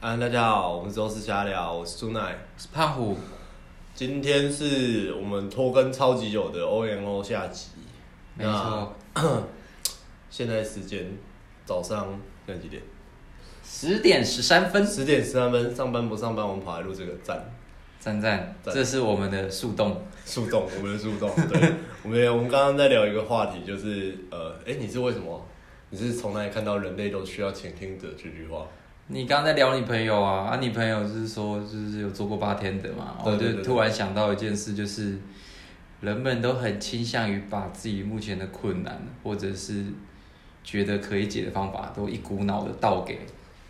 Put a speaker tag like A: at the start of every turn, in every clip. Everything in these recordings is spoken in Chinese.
A: 啊，大家好，我们是周四瞎聊，我是朱奈。
B: 是胖
A: 啊
B: 虎，
A: 今天是我们拖更超级久的 O N O 下集。
B: 没错，
A: 现在时间早上那几点？
B: 十点十三分，
A: 十点十三分，上班不上班，我们跑来录这个赞
B: 赞赞，
A: 赞
B: 这是我们的树洞，
A: 树洞，我们的树洞。对，我们我们刚刚在聊一个话题，就是呃，哎、你是为什么？你是从哪里看到人类都需要倾听者这句话？
B: 你刚刚在聊你朋友啊，啊，你朋友就是说就是有做过八天的嘛，哦
A: 对
B: 我
A: 对
B: 就
A: 对
B: 突然想到一件事，就是人们都很倾向于把自己目前的困难或者是觉得可以解的方法，都一股脑的倒给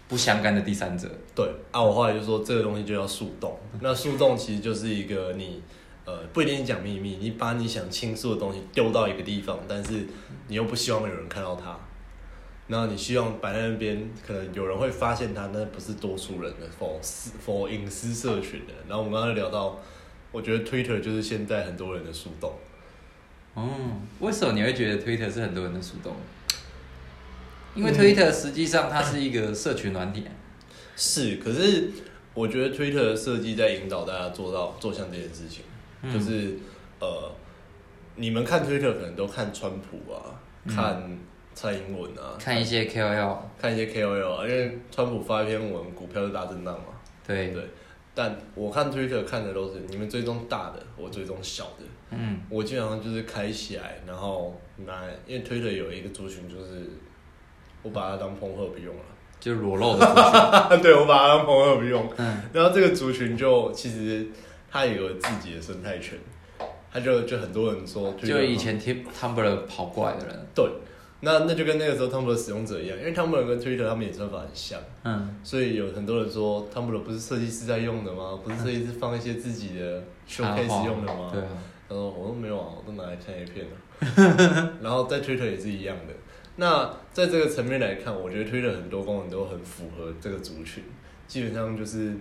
B: 不相干的第三者。
A: 对啊，我后来就说这个东西就叫树洞。那树洞其实就是一个你呃不一定讲秘密，你把你想倾诉的东西丢到一个地方，但是你又不希望有人看到它，然后你希望摆在那边，可能有人会发现它，但不是多数人的否私否隐私社群的。然后我们刚刚聊到，我觉得 Twitter 就是现在很多人的树洞。
B: 哦，为什么你会觉得 Twitter 是很多人的树洞？因
A: 嗯
B: 为 Twitter 实际上它是一个社群软体啊、
A: 是，可是我觉得 Twitter 的设计在引导大家做到做像这件事情，
B: 嗯
A: 就是呃，你们看 Twitter 可能都看川普啊，
B: 嗯
A: 看蔡英文啊，
B: 看一些 KOL，
A: 看一些 KOL 啊，因为川普发一篇文，股票就大震荡嘛，对
B: 对
A: 不，对？但我看 Twitter 看的都是你们追踪大的，我追踪小的，
B: 嗯，
A: 我基本上就是开起来，然后拿，因为 Twitter 有一个族群就是我把它当朋友不用了。
B: 就裸露的族群，
A: 对，我把它当朋友不用。
B: 嗯
A: 然后这个族群就其实它也有自己的生态圈，它就就很多人说，
B: 就以前 Tip Tumblr 跑过来的人，
A: 对，那那就跟那个时候 Tumblr 使用者一样，因为 Tumblr 跟 Twitter 他们也算法很像，
B: 嗯，
A: 所以有很多人说 Tumblr 不是设计师在用的吗？不是设计师放一些自己的 showcase 用的吗？
B: 对啊，
A: 他说我都没有啊，我都拿来看 A 片了、 然后在 Twitter 也是一样的。那在这个层面来看，我觉得 Twitter 很多功能都很符合这个族群，基本上就是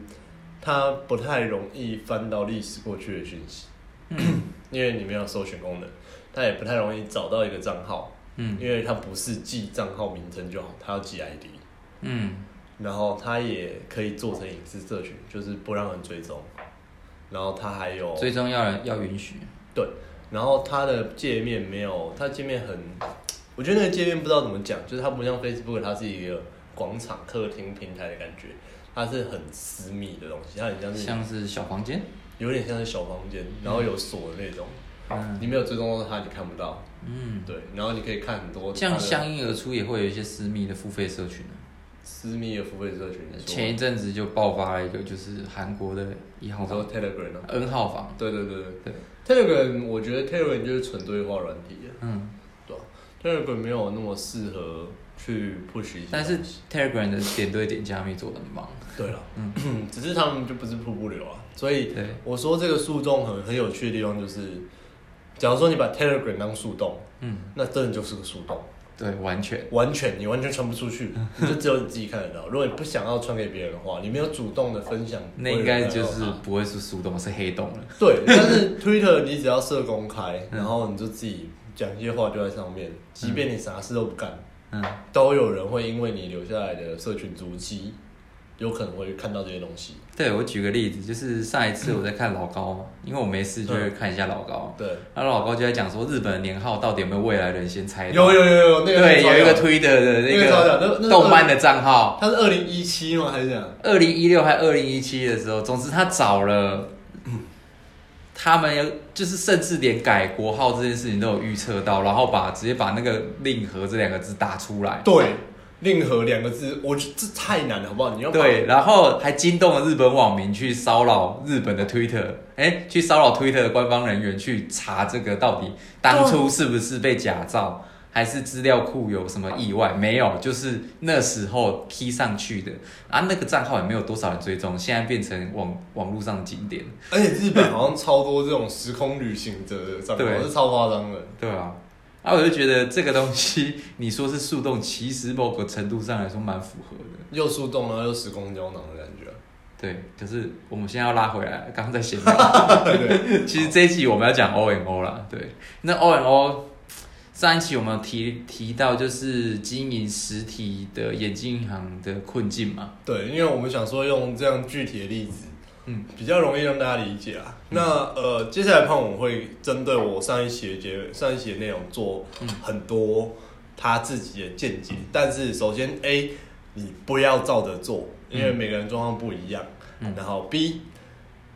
A: 它不太容易翻到历史过去的讯息，
B: 嗯
A: 因为你没有搜寻功能，它也不太容易找到一个账号，
B: 嗯
A: 因为它不是记账号名称就好，它要记 ID，
B: 嗯，
A: 然后它也可以做成隐私社群，就是不让人追踪，然后它还有
B: 最终要人要允许，
A: 对，然后它的界面没有，它界面很，我觉得那个界面不知道怎么讲，就是它不像 Facebook，它是一个广场、客厅、平台的感觉，它是很私密的东西，它很像是
B: 像是小房间，
A: 有点像是小房间，然后有锁的那种，
B: 嗯
A: 你没有追踪到它，你看不到。
B: 嗯，
A: 对，然后你可以看很多
B: 这样
A: 它的
B: 相应而出也会有一些私密的付费社群啊。
A: 私密的付费社群，你说
B: 前一阵子就爆发了一个，就是韩国的一号
A: 你
B: 房
A: 说 Telegram 啊？
B: ，N 号房，
A: 对对对
B: 对，
A: 对，Telegram 我觉得 Telegram 就是纯对话软体啊，
B: 嗯，
A: 对啊，Telegram 没有那么适合去 push 一些东西，
B: 但是 Telegram 的点对点加密做的很棒，
A: 对了，嗯， 只是他们就不是瀑布流啊，所以
B: 对，
A: 我说这个树洞很很有趣的地方就是，假如说你把 Telegram 当树洞，
B: 嗯，
A: 那真的就是个树洞，
B: 对，完全，
A: 完全你完全传不出去，你就只有你自己看得到。如果你不想要传给别人的话，你没有主动的分享，
B: 那应该就
A: 不会有人
B: 是
A: 看到它
B: 不会是树洞，是黑洞了，
A: 对。但是 Twitter 你只要设公开，
B: 嗯
A: 然后你就自己讲一些话就在上面，即便你啥事都不干，
B: 嗯。
A: 都有人会因为你留下来的社群足迹，有可能会看到这些东西。
B: 对，我举个例子，就是上一次我在看老高嘛，
A: 嗯
B: 因为我没事就会看一下老高，
A: 对。
B: 然后老高就在讲说日本的年号到底有没有未来人先猜
A: 有
B: 到？
A: 有有有，那个
B: 对，
A: 超屌
B: 有一个推的的
A: 那个超屌那
B: 个
A: 那
B: 动漫的账号，
A: 他是二零一七吗？还是这样？
B: 二零一六还二零一七的时候，总之他找了， 他们有就是甚至连改国号这件事情都有预测到，然后把直接把那个令和这两个字打出来，
A: 对，令和两个字，我觉得这太难了，好不好？你要把
B: 对，然后还惊动了日本网民去骚扰日本的 Twitter，哎，去骚扰 Twitter 的官方人员去查这个到底当初是不是被假造，还是资料库有什么意外？没有，就是那时候 key 上去的啊，那个账号也没有多少人追踪，现在变成网网络上的景点，
A: 而且日本好像超多这种时空旅行者的账
B: 对
A: 号，是超夸张的。
B: 对吧、 啊？啊，我就觉得这个东西，你说是树洞，其实某个程度上来说蛮符合的。
A: 又树洞，然后又时空胶囊的感觉。
B: 对，可是我们现在要拉回来，刚刚在闲聊，
A: 啊 对，
B: 其实这一集我们要讲 O N O 啦，对，那 O N O 上一期我们有提提到就是经营实体的眼镜行的困境嘛，
A: 对，因为我们想说用这样具体的例子，
B: 嗯
A: 嗯，比较容易让大家理解啊。那呃，接下来胖我会针对我上一期的节上一期的内容做很多他自己的见解，但是首先 A，你不要照着做，因为每个人状况不一样。
B: 嗯
A: 然后 B，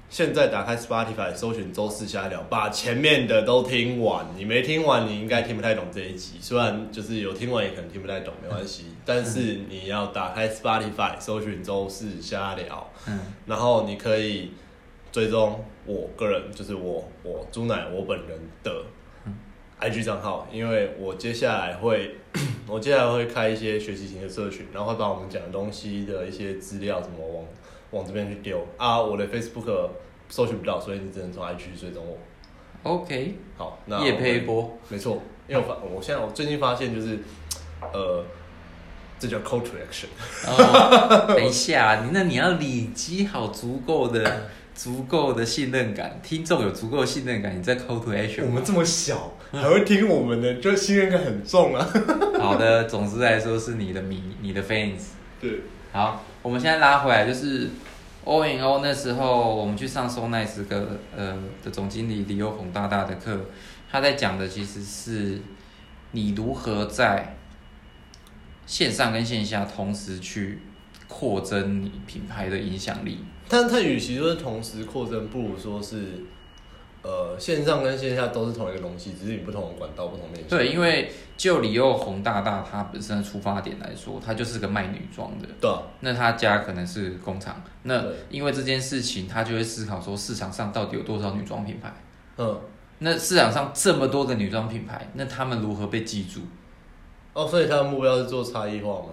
A: 现在打开 Spotify 搜寻周四瞎聊，把前面的都听完。你没听完，你应该听不太懂这一集。虽然就是有听完，也可能听不太懂，没关系。但是你要打开 Spotify 搜寻周四瞎聊，
B: 嗯，
A: 然后你可以追踪我个人，就是我我朱奶我本人的
B: 嗯
A: IG 账号，因为我接下来会 我接下来会开一些学习型的社群，然后会把我们讲的东西的一些资料什么往往这边去丢啊。我的 Facebook 搜寻不到，所以你只能从 IG 去追踪我。
B: OK，
A: 好，那
B: 夜
A: 我们
B: 配一 波，
A: 没错，因为我发我现在我最近发现就是呃，这叫 call to action。
B: 哦，等一下，你那你要累积好足够的、足够的信任感，听众有足够的信任感，你再 call to
A: 我
B: action。
A: 们这么小还会听我们的，就信任感很重啊。
B: 好的，总之来说是你的迷，你的 fans。
A: 对，
B: 好，我们现在拉回来，就是 O N O 那时候我们去上 So Nice 个呃的总经理李友孔大大的课，他在讲的其实是你如何在线上跟线下同时去扩增你品牌的影响力。
A: 但它与其说是同时扩增，不如说是呃线上跟线下都是同一个东西，只是你不同的管道、不同面向。
B: 对，因为就李幼红大大她本身的出发点来说，她就是个卖女装的，
A: 对啊，
B: 那她家可能是工厂，那
A: 对
B: 因为这件事情，她就会思考说市场上到底有多少女装品牌。
A: 嗯，
B: 那市场上这么多个女装品牌，那他们如何被记住？
A: 哦，所以它的目标是做差异化吗？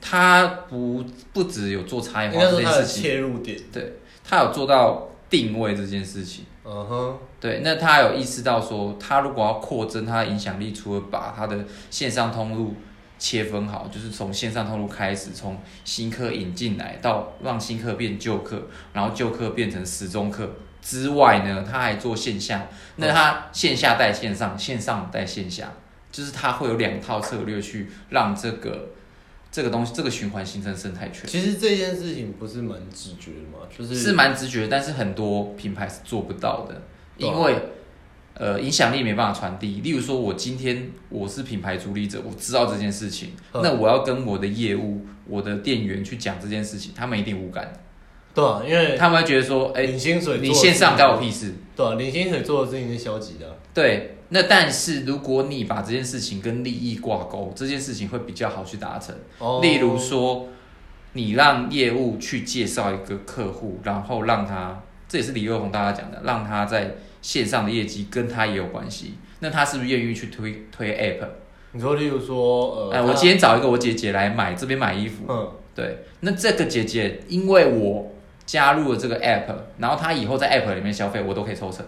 B: 他不不只有做差
A: 应
B: 异化
A: 该
B: 这
A: 说
B: 件
A: 它的
B: 事情，
A: 切入点。
B: 对他有做到定位这件事情。
A: 嗯哼，
B: 对，那他有意识到说，他如果要扩增他的影响力，除了把他的线上通路切分好，就是从线上通路开始，从新客引进来，到让新客变旧客，然后旧客变成时钟客之外呢，他还做线下。那他线下带线上，线上带线下，就是他会有两套策略去让这个这个东西这个循环形成生态圈。
A: 其实这件事情不是蛮直觉的嘛，就是
B: 是蛮直觉，但是很多品牌是做不到的，
A: 对啊
B: 因为呃影响力没办法传递。例如说，我今天我是品牌主理者，我知道这件事情，
A: 嗯
B: 那我要跟我的业务、我的店员去讲这件事情，他们一定无感，
A: 对啊，因为
B: 他们会觉得说，哎、
A: 领薪水做的
B: 你线上
A: 事情
B: 干我屁事。
A: 对啊，领薪水做的事情是消极的啊、
B: 对，那但是如果你把这件事情跟利益挂钩，这件事情会比较好去达成。
A: 哦
B: 例如说，你让业务去介绍一个客户，然后让他，这也是李若红大家讲的，让他在线上的业绩跟他也有关系。那他是不是愿意去推推 app？
A: 你说，例如说，呃，
B: 哎、我今天找一个我姐姐来买，这边买衣服。
A: 嗯，
B: 对，那这个姐姐因为我加入了这个 app，然后她以后在 app 里面消费，我都可以抽成，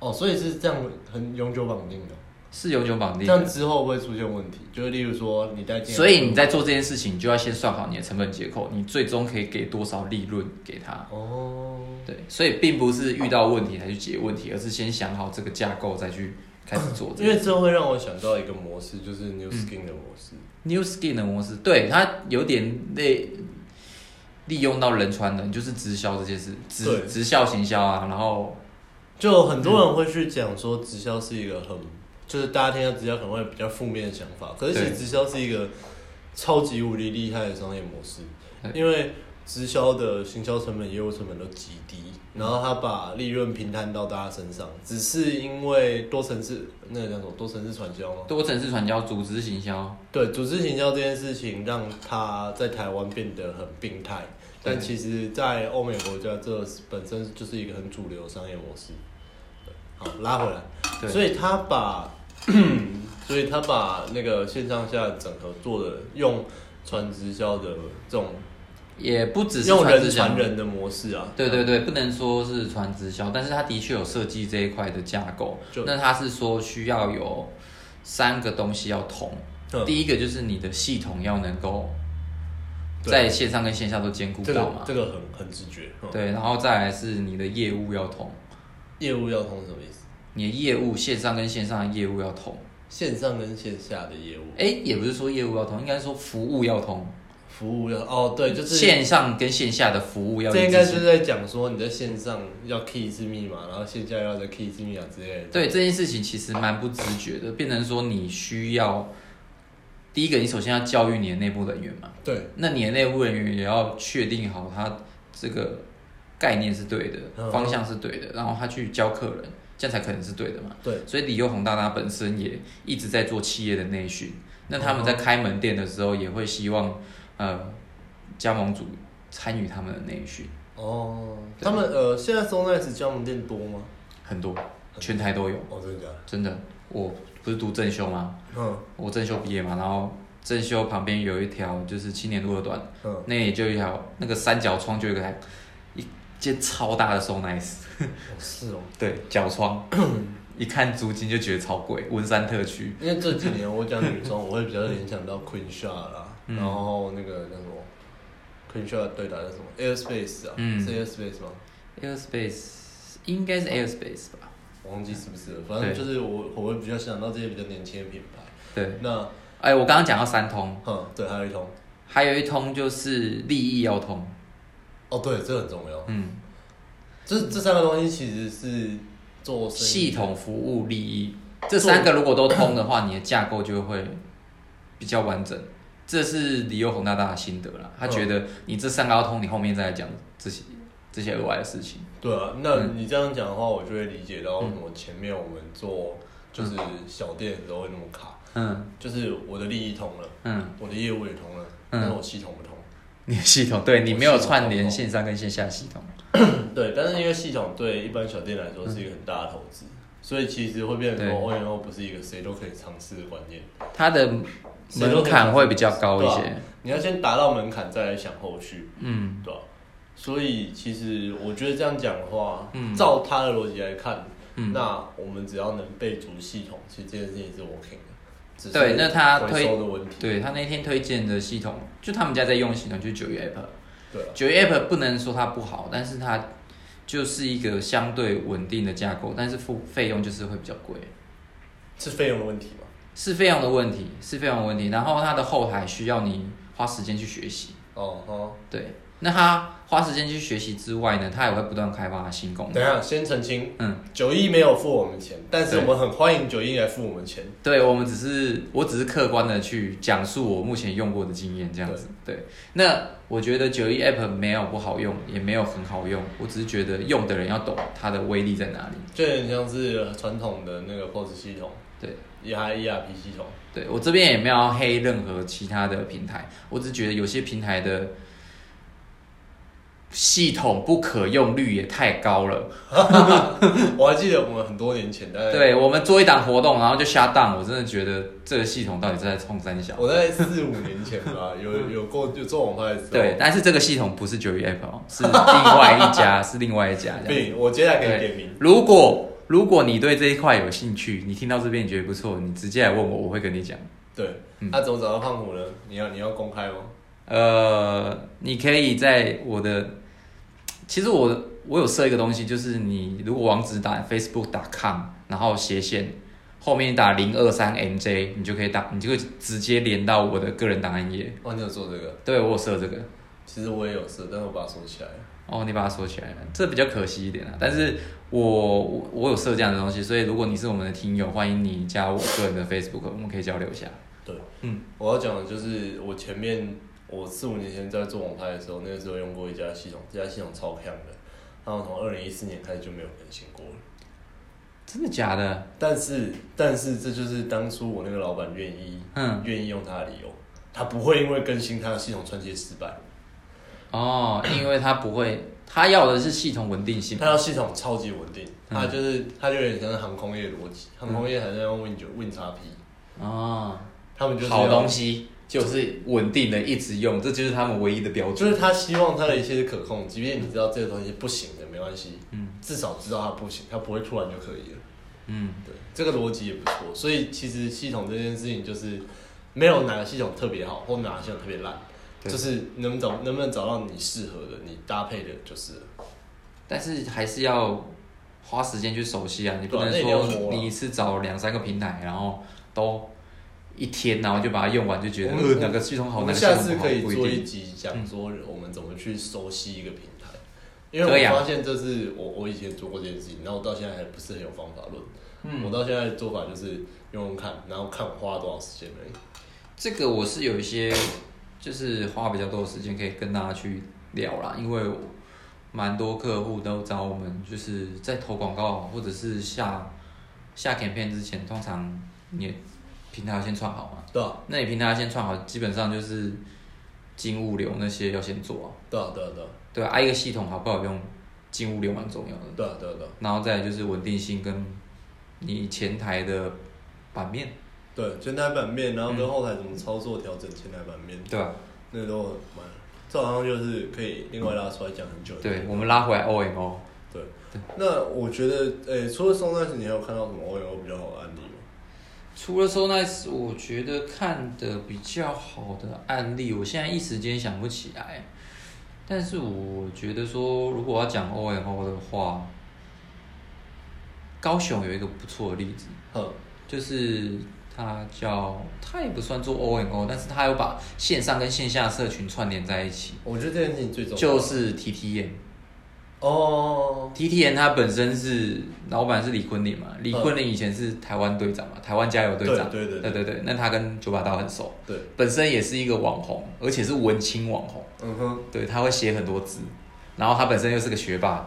A: 哦，所以是这样很永久绑定的，
B: 是永久绑
A: 这
B: 定
A: 样
B: 的。
A: 之后会出现问题，就是例如说你带进来，
B: 所以你在做这件事情，你就要先算好你的成本结构，你最终可以给多少利润给他。
A: 哦，
B: 对，所以并不是遇到问题才去解问题，而是先想好这个架构再去开始做这
A: 因
B: 个。
A: 为这会让我想到一个模式，就是
B: 嗯
A: New Skin 的模式，
B: New Skin 的模式，对它有点类利用到人传人，就是直销这件事，直
A: 对
B: 直销行销啊，然后
A: 就很多人会去讲说直销是一个很，就是大家听到直销可能会比较负面的想法，可是其
B: 对
A: 实直销是一个超级无敌厉害的商业模式
B: 对，
A: 因为直销的行销成本、业务成本都极低，然后他把利润平摊到大家身上，只是因为多层次那个叫什么多层次传销吗？
B: 多层次传销、组织行销，
A: 对，组织行销这件事情让它在台湾变得很病态，但
B: 对
A: 其实，在欧美国家，这本身就是一个很主流的商业模式。对好，拉回来，
B: 对，
A: 所以他 把，所以他把那个线上下整合做的，用传直销的这种，
B: 也不只是
A: 用
B: 传
A: 人
B: 直销
A: 传。人的模式啊。
B: 对对对，不能说是传直销，但是它的确有设计这一块的架构
A: 就。
B: 那它是说需要有三个东西要同，
A: 嗯，
B: 第一个就是你的系统要能够
A: 对
B: 在线上跟线下都兼顾
A: 这
B: 到
A: 个
B: 嘛
A: 这，个很很直觉。嗯，
B: 对，然后再来是你的业务要通，
A: 业务要通是什么意思？
B: 你的业务线上跟线上的业务要通，
A: 线上跟线下的业务，
B: 哎、也不是说业务要通，应该说服务要通，
A: 服务要哦，对，就是
B: 线上跟线下的服务要
A: 这
B: 一
A: 应
B: 致
A: 该
B: 性
A: 就是在讲说你在线上要 key 一次密码，然后线下要再 key 一次密码之类的。
B: 对这件事情其实蛮不直觉的，变成说你需要第一个，你首先要教育你的内部人员嘛，
A: 对，
B: 那你的内部人员也要确定好他这个概念是对的，
A: 嗯
B: 方向是对的，然后他去教客人，这样才可能是对的嘛。
A: 对，
B: 所以李优宏大大本身也一直在做企业的内训，那他们在开门店的时候也会希望呃加盟主参与他们的内训，
A: 哦，他们呃，现在 Sony S 加盟店多吗？
B: 很多全台都有，
A: 哦，真的假的？
B: 真的，我不是读正修吗？
A: 嗯
B: 我正修毕业嘛，然后正修旁边有一条就是青年路的短，
A: 嗯，
B: 那里就有一条那个三角窗就有一个台一间超大的 so nice，
A: 哦是哦，
B: 对，角窗， 一看租金就觉得超贵，文山特区，
A: 因为这几年我讲女装，我会比较联想到 Queen s h a 啦，
B: 嗯
A: 然后那个叫什么 Queen s h a 对打叫什么 Airspace 啊，
B: 嗯
A: 是 Airspace 吗？
B: Airspace 应该是 Airspace 吧？
A: 我忘记是不是了，反正就是我我会比较想到这些比较年轻的品牌。
B: 对，
A: 那
B: 哎，我刚刚讲到三通，
A: 嗯，对，还有一通，
B: 还有一通就是利益要通，
A: 哦，对，这很重要。
B: 嗯，
A: 这这三个东西其实是做生意
B: 系统服务利益这三个如果都通的话，你的架构就会比较完整。这是李友宏大大的心得啦，他觉得你这三个要通，你后面再来讲这些这些额外的事情。
A: 对啊，那
B: 嗯
A: 你这样讲的话，我就会理解到为什么前面我们做就是小店的时候会那么卡，
B: 嗯
A: 就是我的利益通了，
B: 嗯，
A: 我的业务也通了，
B: 嗯
A: 但是我系统不通。
B: 你的系统对你没有串
A: 我
B: 联
A: 系
B: 线上跟线下系统。
A: 对，但是因为系统对一般小店来说是一个很大的投资，所以其实会变成说哦 O N O 不是一个谁都可以尝试的观念，
B: 它的门槛会比较高一
A: 对
B: 些。
A: 你要先达到门槛再来想后续，
B: 嗯，
A: 对吧、所以其实我觉得这样讲的话，
B: 嗯
A: 照他的逻辑来看，
B: 嗯
A: 那我们只要能备足系统，其实这件事情是 OK 的。只是
B: 对那他
A: 回
B: 推
A: 收的问题，
B: 对他那天推荐的系统，就他们家在用的系统就是九月 app。
A: 对啊，
B: 九月 app 不能说它不好，但是它就是一个相对稳定的架构，但是付费用就是会比较贵，
A: 是费用的问题嘛？
B: 是费用的问题，是费用的问题。然后它的后台需要你花时间去学习，
A: 哦哦，
B: 对。那它花时间去学习之外呢，它也会不断开发新功
A: 等一
B: 能。
A: 下先澄清，
B: 嗯，
A: 九一没有付我们钱，但是我
B: 对
A: 们很欢迎九一来付我们钱。
B: 对，我们只是我只是客观的去讲述我目前用过的经验这样子。对，那我觉得九一 app 没有不好用，也没有很好用，我只是觉得用的人要懂它的威力在哪里。
A: 就很像是传统的那个 POS 系统，E
B: 对，
A: 也还 ERP 系统，
B: 对我这边也没有要黑任何其他的平台，我只是觉得有些平台的系统不可用率也太高了。
A: 我还记得我们很多年前，大概
B: 对我们做一档活动，然后就下档，我真的觉得这个系统到底是在冲三小。
A: 我在四五年前吧，有有过就做网拍的时候，
B: 对，，但是这个系统不是九月 app 哦，是另外一 家，是另外一家这样。
A: 并我接下来给你
B: 对
A: 点名，
B: 如果如果你对这一块有兴趣，你听到这边你觉得不错，你直接来问我，我会跟你讲。
A: 对，
B: 嗯
A: 那、怎么找到胖虎呢？你要你要公开吗？
B: 呃，你可以在我的，其实我我有设一个东西，就是你如果网址打 facebook.com，然后斜线后面打零二三 mj，你就可以打，你就可以直接连到我的个人档案页。
A: 哦，你有做这个？
B: 对我有设这个，
A: 其实我也有事，但是我把它收起来了。
B: 哦，你把它锁起来了，这比较可惜一点啊。但是我我我有设这样的东西，所以如果你是我们的听友，欢迎你加我个人的 Facebook，我们可以交流一下。嗯
A: 我要讲的就是我前面我四五年前在做网拍的时候，那个时候用过一家系统，这家系统超强的，然后从二零一四年开始就没有更新过了。
B: 真的假的？
A: 但是，但是这就是当初我那个老板愿意
B: 嗯，
A: 愿意用他的理由，他不会因为更新他的系统串接失败，
B: 哦，因为它不会，它要的是系统稳定性
A: 他。要系统超级稳定，他
B: 嗯
A: 就是他就有点像是航空业逻辑，航空业还在用 Win 九 Win 叉 P，
B: 哦，
A: 他们就是
B: 好
A: 要
B: 东西就是稳定的一直用，这就是他们唯一的标
A: 就
B: 准。
A: 是他希望他的一切是可控，即便你知道这个东西不行的没关系，至少知道它不行，它不会突然就可以了。
B: 嗯，
A: 对，这个逻辑也不错。所以其实系统这件事情就是没有哪个系统特别好，或哪个系统特别烂，
B: 对
A: 就是能找能不能找到你适合的，你搭配的就是了。
B: 但是还是要花时间去熟悉啊，你不
A: 对啊
B: 能
A: 那一定要磨
B: 说
A: 啊
B: 你一次找两三个平台，然后都一天，然后就把它用完，就觉得
A: 我
B: 呃
A: 们
B: 哪个系统
A: 我
B: 好，哪
A: 们
B: 个系
A: 下
B: 统
A: 次
B: 不好，
A: 可以
B: 不一
A: 做一
B: 定。
A: 集讲说我们怎么去熟悉一个平台，因
B: 可以
A: 为
B: 啊
A: 我发现这是我我以前做过这件事情，然后我到现在还不是很有方法论。我
B: 嗯，
A: 到现在的做法就是用用看，然后看我花了多少时间而已。
B: 这个我是有一些，就是花比较多的时间可以跟大家去聊啦，因为我蛮多客户都找我们，就是在投广告或者是下下 campaign 之前，通常你也平台要先串好嘛。
A: 对啊，
B: 那你平台要先串好，基本上就是金物流那些要先做啊。
A: 对啊，对啊，对啊，
B: 对啊，啊一个系统好不好用，金物流蛮重要的。
A: 对啊，对啊，对啊，
B: 然后再来就是稳定性跟你前台的版面，
A: 对啊前台版面，然后跟后台怎么操作调整前台版面，
B: 对啊吧、
A: 那都很蛮。这好像就是可以另外拉出来讲很久的。
B: 对，我们拉回来 OMO，
A: 对。那我觉得，诶、除了松赞时，你还有看到什么 O L 比较好的案例吗？
B: 除了 So Nice，我觉得看的比较好的案例，我现在一时间想不起来。但是我觉得说，如果要讲 OMO 的话，高雄有一个不错的例子，
A: 哼，
B: 就是它叫它也不算做 O N O，但是它有把线上跟线下社群串联在一起，
A: 我觉得这件事情最重要。
B: 就是 T T N。
A: 哦，
B: T T N 它本身是老板是李坤林嘛，李坤林以前是台湾队长嘛，台湾加油队长，
A: 嗯对对对
B: 对对对，那他跟九把刀很熟，
A: 对，
B: 本身也是一个网红，而且是文青网红，
A: 嗯哼，
B: 对，他会写很多字，然后他本身又是个学霸，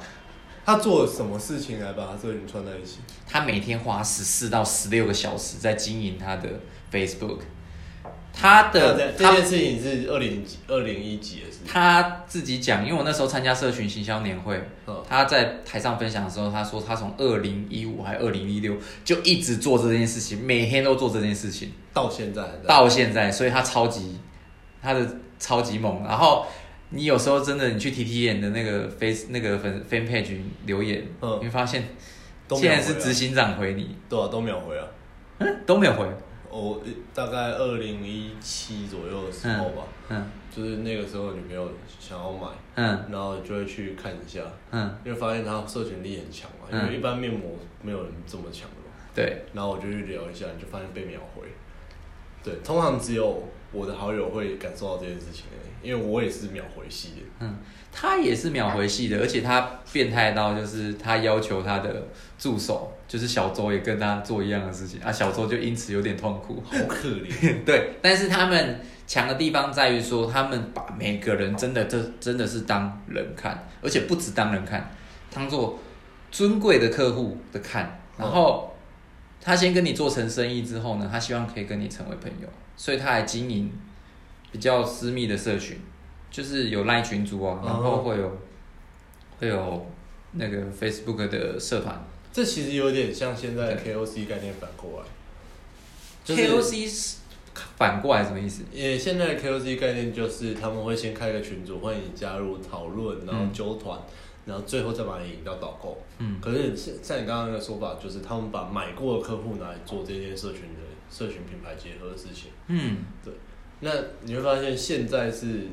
A: 他做了什么事情来把他这群串在一起？
B: 他每天花十四到十六个小时在经营他的 Facebook，他的
A: 那这
B: 他
A: 这件事情是二零二零一几的事情。
B: 他自己讲，因为我那时候参加社群行销年会，
A: 嗯
B: 他在台上分享的时候，他说他从二零一五还二零一六就一直做这件事情，每天都做这件事情，
A: 到现在还在。
B: 到现在，所以他超级他的超级猛。然后你有时候真的你去 T T 演的那个 face 那个粉 fan page 留言，
A: 嗯
B: 你会发现
A: 都没
B: 竟
A: 有
B: 然
A: 回
B: 是
A: 啊
B: 执行长回你，
A: 对啊，都没有回啊。
B: 嗯，都没有回，
A: 我呃大概二零一七左右的时候吧，
B: 嗯
A: 就是那个时候女朋友想要买，
B: 嗯
A: 然后就会去看一下，
B: 嗯，
A: 因为发现她社群力很强嘛，
B: 嗯
A: 因为一般面膜没有人这么强的嘛。
B: 对，
A: 然后我就去聊一下，就发现被秒回。对，通常只有我的好友会感受到这件事情而已，因为我也是秒回系的。
B: 嗯，他也是秒回系的，而且他变态到就是他要求他的助手，就是小周也跟他做一样的事情啊，小周就因此有点痛苦。
A: 好可 怜。
B: 对，但是他们强的地方在于说，他们把每个人真的这真的是当人看，而且不只当人看，当做尊贵的客户的看。然后他先跟你做成生意之后呢，他希望可以跟你成为朋友，所以他还经营比较私密的社群，就是有赖群组啊，然后会有、会有那个 Facebook 的社团。
A: 这其实有点像现在的 KOC 概念反过来，就是
B: KOC 是反过来什么意思？
A: 也现在的 KOC 概念就是他们会先开个群组，欢迎你加入讨论，然后揪团，然后最后再把你引到导购。
B: 嗯，
A: 可是像像你刚刚那个说法，就是他们把买过的客户拿来做这件社群的社群品牌结合的事情。
B: 嗯。
A: 那你会发现现在是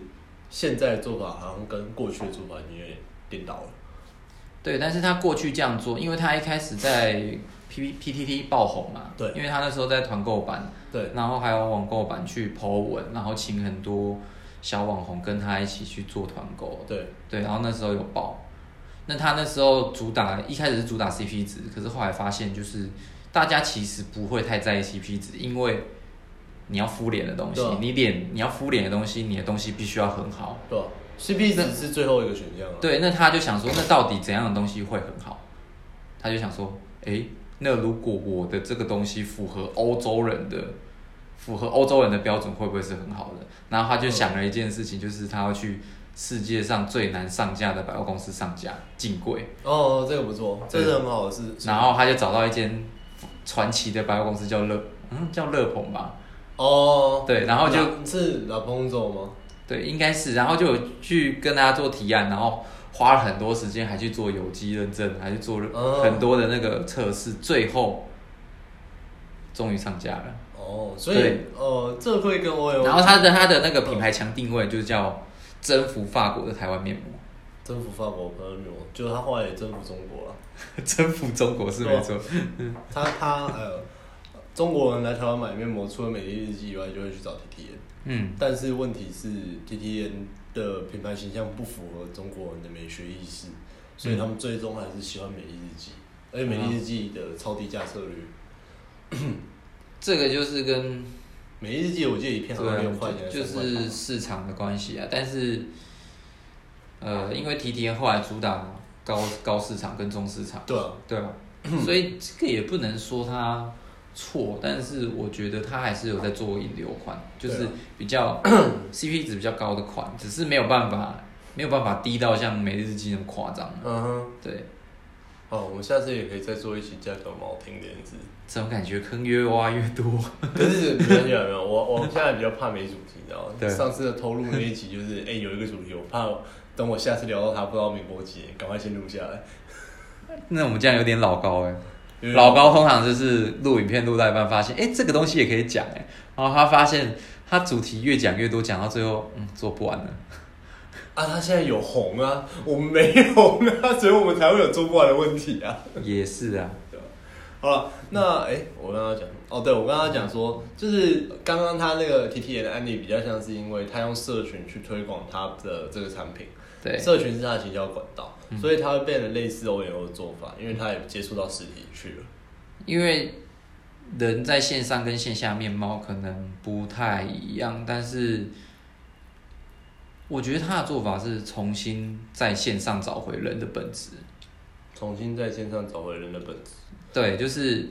A: 现在的做法好像跟过去的做法你有点颠倒了。
B: 对，但是他过去这样做，因为他一开始在 P P P T T 爆红嘛，
A: 对
B: 因为他那时候在团购版，
A: 对，
B: 然后还有网购版去 Po 文，然后请很多小网红跟他一起去做团购，
A: 对，
B: 对，然后那时候有爆，那他那时候主打一开始是主打 C P 值，可是后来发现就是大家其实不会太在意 C P 值，因为你要敷脸的东西
A: 对啊，
B: 你脸你要敷脸的东西，你的东西必须要很好，
A: 对吧？CP 值是最后一个选项啊。
B: 对，那他就想说，那到底怎样的东西会很好？他就想说，诶，那如果我的这个东西符合欧洲人的，符合欧洲人的标准，会不会是很好的？然后他就想了一件事情，就是他要去世界上最难上架的百货公司上架进柜，
A: 哦，这个不错，这是很好的事。
B: 然后他就找到一间传奇的百货公司，叫乐，嗯，叫乐鹏吧，
A: 哦，
B: 对，然后就
A: 拉是老彭总吗？
B: 对，应该是，然后就有去跟大家做提案，然后花了很多时间，还去做有机认证，还去做
A: 哦
B: 很多的那个测试，最后终于上架了。
A: 哦，所以
B: 对
A: 哦，这会跟我有
B: 然后它的它的那个品牌强定位就叫征服法国的台湾面膜，
A: 征服法国朋友有，就他啊后来也征服中国了。
B: 征服中国是没错。
A: 他他呃，中国人来台湾买面膜，除了美丽日记以外，就会去找 TTN。
B: 嗯，
A: 但是问题是，TTN 的品牌形象不符合中国人的美学意识，所以他们最终还是喜欢美丽日记，而且美丽日记的超低价策略，
B: 这个就是跟啊
A: 美丽日记我记得一片好像六块钱还
B: 就
A: 三块吧，
B: 是市场的关系啊。但是，呃，因为 T T N 后来主打高高市场跟中市场，
A: 对啊，
B: 对吧？所以这个也不能说它错，但是我觉得它还是有在做引流款，就是
A: 对啊
B: 比较 C P 值比较高的款，只是没有办法没有办法低到像每日记那么夸张。
A: 嗯哼，
B: 对，
A: 好，我们下次也可以再做一期价格蛮好听的样子。
B: 这种感觉坑越挖越多。
A: 可是没关系啊，没有我我现在比较怕没主题，你知道
B: 对
A: 吗？上次的偷录那一集就是，哎、有一个主题，我怕等我下次聊到它，不知道民国几年，赶快先录下来。
B: 那我们这样有点老高哎、
A: 因为
B: 老高通常就是录影片录到一半，发现哎、诶这个东西也可以讲哎、然后他发现他主题越讲越多，讲到最后嗯做不完了。
A: 啊，他现在有红啊，我们没红啊，所以我们才会有做不完的问题啊。
B: 也是啊，
A: 好了，那哎、我刚刚讲哦，对我刚刚讲说，就是刚刚他那个 T T 的案例比较像是因为他用社群去推广他的这个产品，
B: 对，嗯
A: 社群是他的行销管道，所以他会变得类似 O L 的做法，因为他也接触到实体去了。
B: 因为人在线上跟线下面貌可能不太一样，但是我觉得他的做法是重新在线上找回人的本质。
A: 重新在线上找回人的本质。
B: 对，就是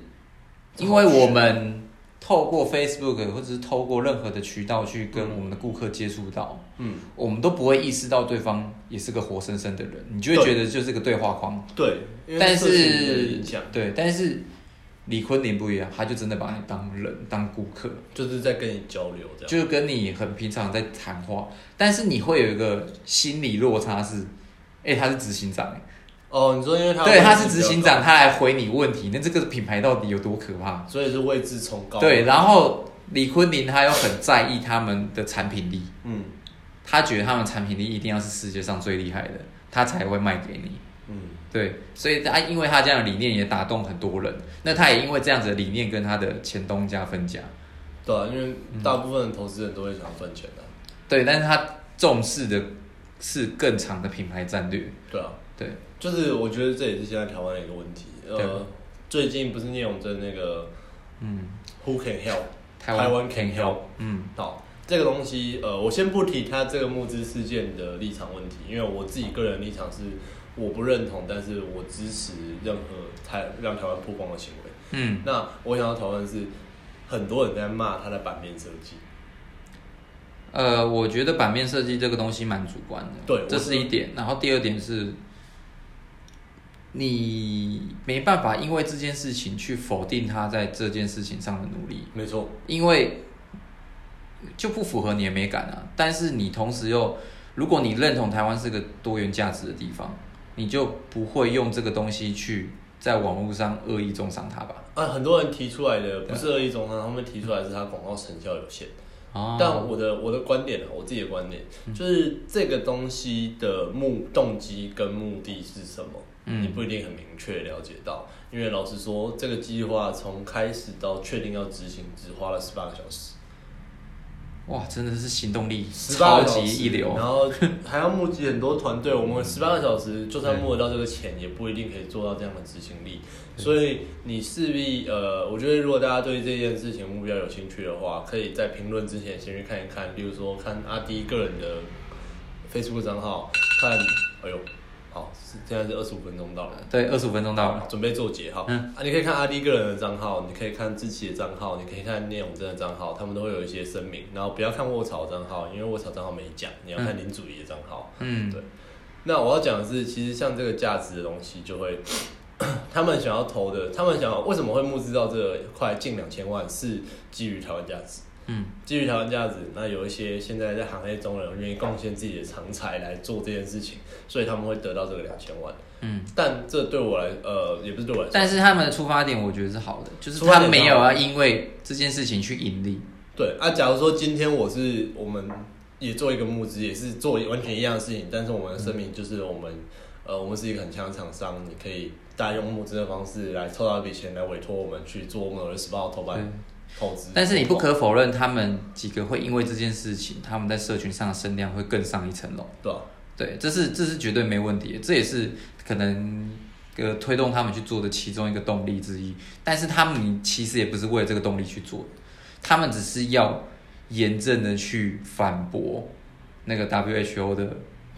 B: 因为我们透过 Facebook 或者是透过任何的渠道去跟我们的顾客接触到，
A: 嗯，
B: 我们都不会意识到对方也是个活生生的人，你就会
A: 对
B: 觉得就是个对话框。
A: 对，因为
B: 但
A: 社群的
B: 是
A: 影响
B: 对，但是李坤林不一样，他就真的把你当人当顾客，
A: 就是在跟你交流这样。
B: 就跟你很平常在谈话，但是你会有一个心理落差是，哎、他是执行长、欸
A: 哦，你说因为他
B: 对，
A: 位置
B: 他是执行长，
A: 比较
B: 他来回你问题，那这个品牌到底有多可怕？
A: 高，所以是位置崇高。
B: 对，，然后李坤林他又很在意他们的产品力，
A: 嗯
B: 他觉得他们产品力一定要是世界上最厉害的，他才会卖给你。
A: 嗯，
B: 对，所以他因为他这样的理念也打动很多人，那他也因为这样子的理念跟他的前东家分家，
A: 对啊，因为
B: 嗯
A: 大部分的投资人都会想要赚钱的、啊
B: 对，但是他重视的是更长的品牌战略，
A: 对啊，
B: 对，
A: 就是我觉得这也是现在台湾的一个问题。
B: 对
A: 呃，最近不是聂永真那个
B: 嗯，
A: Who Can Help
B: 台湾
A: Can Help
B: 嗯，
A: 好，这个东西，呃，我先不提他这个募资事件的立场问题，因为我自己个人立场是我不认同，但是我支持任何台让台湾曝光的行为。
B: 嗯，
A: 那我想要讨论的是，很多人在骂他的版面设计，
B: 呃，我觉得版面设计这个东西蛮主观的，
A: 对
B: 这
A: 我
B: 是
A: 是
B: 一点。然后第二点是，你没办法因为这件事情去否定他在这件事情上的努力，
A: 没错，
B: 因为就不符合你的美感啊。但是你同时又，如果你认同台湾是个多元价值的地方，你就不会用这个东西去在网络上恶意中伤他吧？
A: 啊，很多人提出来的不是恶意中伤，他们提出来是他广告成效有限。
B: 哦，嗯
A: 但我的我的观点啊，我自己的观点就是这个东西的目动机跟目的是什么，
B: 嗯
A: 你不一定很明确了解到。因为老实说，这个计划从开始到确定要执行，只花了十八个小时，
B: 哇，真的是行动力
A: 18
B: 超
A: 个小
B: 级
A: 时
B: 一流嗯
A: 然。后还要募集很多团队。我们十八个小时就算募得到这个钱，也不一定可以做到这样的执行力。所以你势必呃，我觉得如果大家对这件事情目标有兴趣的话，可以在评论之前先去看一看，比如说看阿迪个人的 Facebook 账号，看，哎呦，好，是现在是二十五分钟到了。
B: 对，二十五分钟到了。
A: 准备做结号，
B: 嗯
A: 啊，你可以看阿迪个人的账号，你可以看志奇的账号，你可以看聂永真的账号，他们都会有一些声明，然后不要看卧槽账号，因为卧槽账号没讲，你要看林祖仪的账号。
B: 嗯
A: 对那我要讲的是，其实像这个价值的东西，就会他们想要投的，他们想要为什么会募资到这快近两千万，是基于台湾价值。
B: 嗯，
A: 基于台湾价值，那有一些现在在行业中的人愿意贡献自己的长才来做这件事情，所以他们会得到这个两千万。
B: 嗯，
A: 但这对我来，呃，也不是对我来说，
B: 但是他们的出发点我觉得是好的，就是
A: 出发
B: 他
A: 点
B: 没
A: 是
B: 有
A: 好
B: 要因为这件事情去盈利。
A: 对啊，假如说今天我是
B: 嗯
A: 我们也做一个募资，也是做完全一样的事情，但是我们的声明就是我们、呃，我们是一个很强的厂商，你可以大家用募资的方式来凑到一笔钱来委托我们去做我们二十八号头
B: 对
A: 版投资。
B: 嗯但是你不可否认，他们几个会因为这件事情，他们在社群上的声量会更上一层楼。
A: 对啊，
B: 对，这是这是绝对没问题的，这也是可能呃推动他们去做的其中一个动力之一。但是他们其实也不是为了这个动力去做的，他们只是要严正的去反驳那个 WHO 的，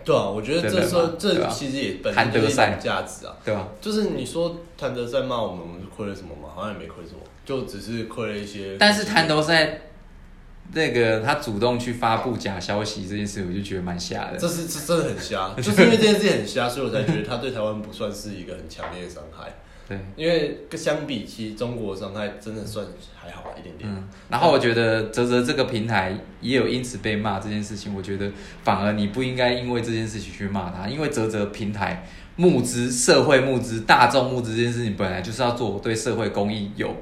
A: 对啊，我觉得这时候
B: 对
A: 这
B: 啊
A: 其实也本身就是一种价值啊。
B: 对吧？
A: 就是你说谭德赛骂我们，我们亏了什么吗？好像也没亏什么，就只是亏了一些。
B: 但是谭都在那个他主动去发布假消息这件事，我就觉得蛮瞎的。
A: 这是这真的很瞎，就是因为这件事情很瞎，所以我才觉得他对台湾不算是一个很强烈的伤害。
B: 对，
A: 因为相比起中国的伤害，真的算还好一点点。
B: 嗯，然后我觉得泽泽这个平台也有因此被骂这件事情，我觉得反而你不应该因为这件事情去骂他，因为泽泽平台募资、社会募资、大众募资这件事情本来就是要做对社会公益有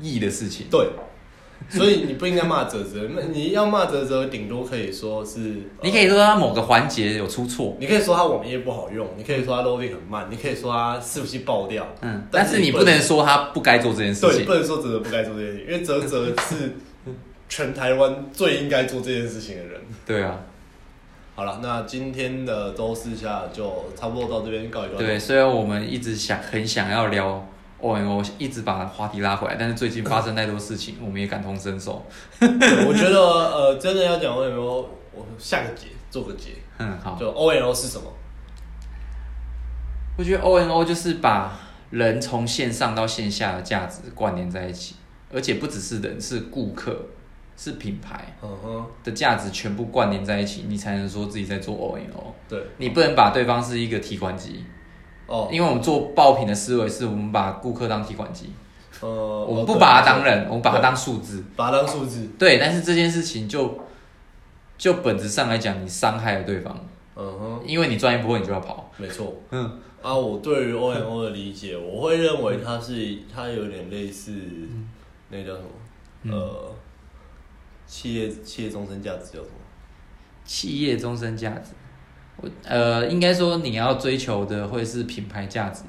B: 益的事情。
A: 对，所以你不应该骂泽泽，那你要骂泽泽，顶多可以说是，呃
B: 你可以说他某个环节有出错，
A: 你可以说它网页不好用，你可以说它 loading 很慢，你可以说它伺服器爆掉，
B: 嗯，
A: 但
B: 但
A: 是
B: 是
A: 你
B: 你
A: 不
B: 不能
A: 能
B: 说他不该做这件事
A: 对，
B: 情
A: 不。能说泽泽不该做这件事情，因为泽泽是全台湾最应该做这件事情的人。
B: 对啊，
A: 好了，那今天的周四下就差不多到这边告一段落。
B: 对，虽然我们一直想很想要聊 O N O，一直把话题拉回来，但是最近发生太多事情，我们也感同身受。
A: 对，我觉得呃，真的要讲 O L，我下个节做个节，
B: 嗯，好。
A: 就 O L 是什么？
B: 我觉得 O N O 就是把人从线上到线下的价值关联在一起，而且不只是人，是顾客，是品牌
A: 嗯哼，
B: 的价值全部关联在一起，你才能说自己在做 O N O。
A: 对，
B: 你不能把对方是一个提款机，
A: 哦，
B: 因为我们做爆品的思维是我们把顾客当提款机，
A: 呃，
B: 我
A: 哦
B: 们不
A: 对
B: 把
A: 没
B: 它
A: 错
B: 当人，我们把它
A: 对
B: 当数字。
A: 把它当数字，
B: 对，但是这件事情就就本质上来讲，你伤害了对方，
A: 嗯哼。
B: 因为你赚一波你就要跑。
A: 没错，
B: 嗯，
A: 啊，我对于 O M O 的理解，我会认为它是它有点类似
B: 嗯
A: 那叫什么，呃，企业企业终身价值叫什么？
B: 企业终身价值，我呃，应该说你要追求的会是品牌价值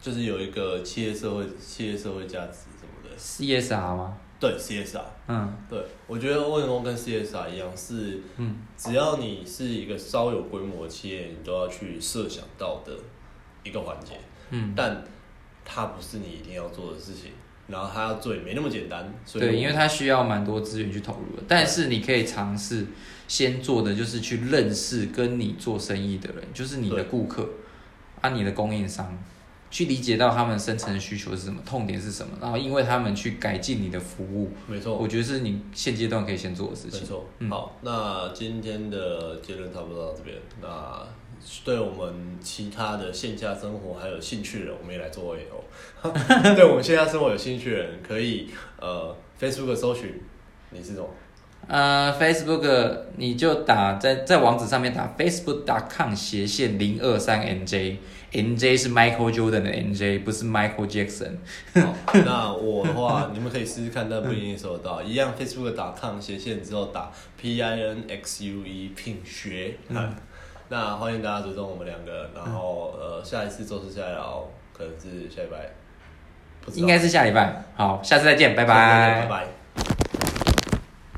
A: 就是有一个企业社会企业社会价值什么的，
B: ，CSR 吗？
A: 对 CSR，
B: 嗯
A: 对我觉得 O M O 跟 CSR 一样是，
B: 嗯，
A: 只要你是一个稍有规模的企业，你都要去设想到的一个环节，
B: 嗯，
A: 但它不是你一定要做的事情，然后它要做也没那么简单，所以
B: 对，因
A: 我
B: 为它需要蛮多资源去投入的，但是你可以尝试先做的就是去认识跟你做生意的人，就是你的
A: 对
B: 顾客，啊，你的供应商。去理解到他们深层的需求是什么，痛点是什么，然后因为他们去改进你的服务，
A: 没错，
B: 我觉得是你现阶段可以先做的事
A: 没
B: 情。
A: 错，
B: 嗯
A: 好，那今天的结论差不多到这边。那对我们其他的线下生活还有兴趣的人，我们也来做 OL。对我们线下生活有兴趣的人，可以呃 Facebook 搜寻你是什么？
B: 呃，Facebook 你就打在在网址上面打 facebook.com 斜线零二三 NJ，NJ 是 Michael Jordan 的 NJ，不是 Michael Jackson。
A: 好，那我的话，你们可以试试看，但不一定搜得到。一样 Facebook.com 斜线之后打 P I N X U E 品学。嗯、那欢迎大家追踪我们两个，然后呃下一次周四下来聊，可能是下礼拜，不知道
B: 应该是下礼拜。好，下次再见，拜
A: 拜拜，
B: 拜
A: 拜。拜。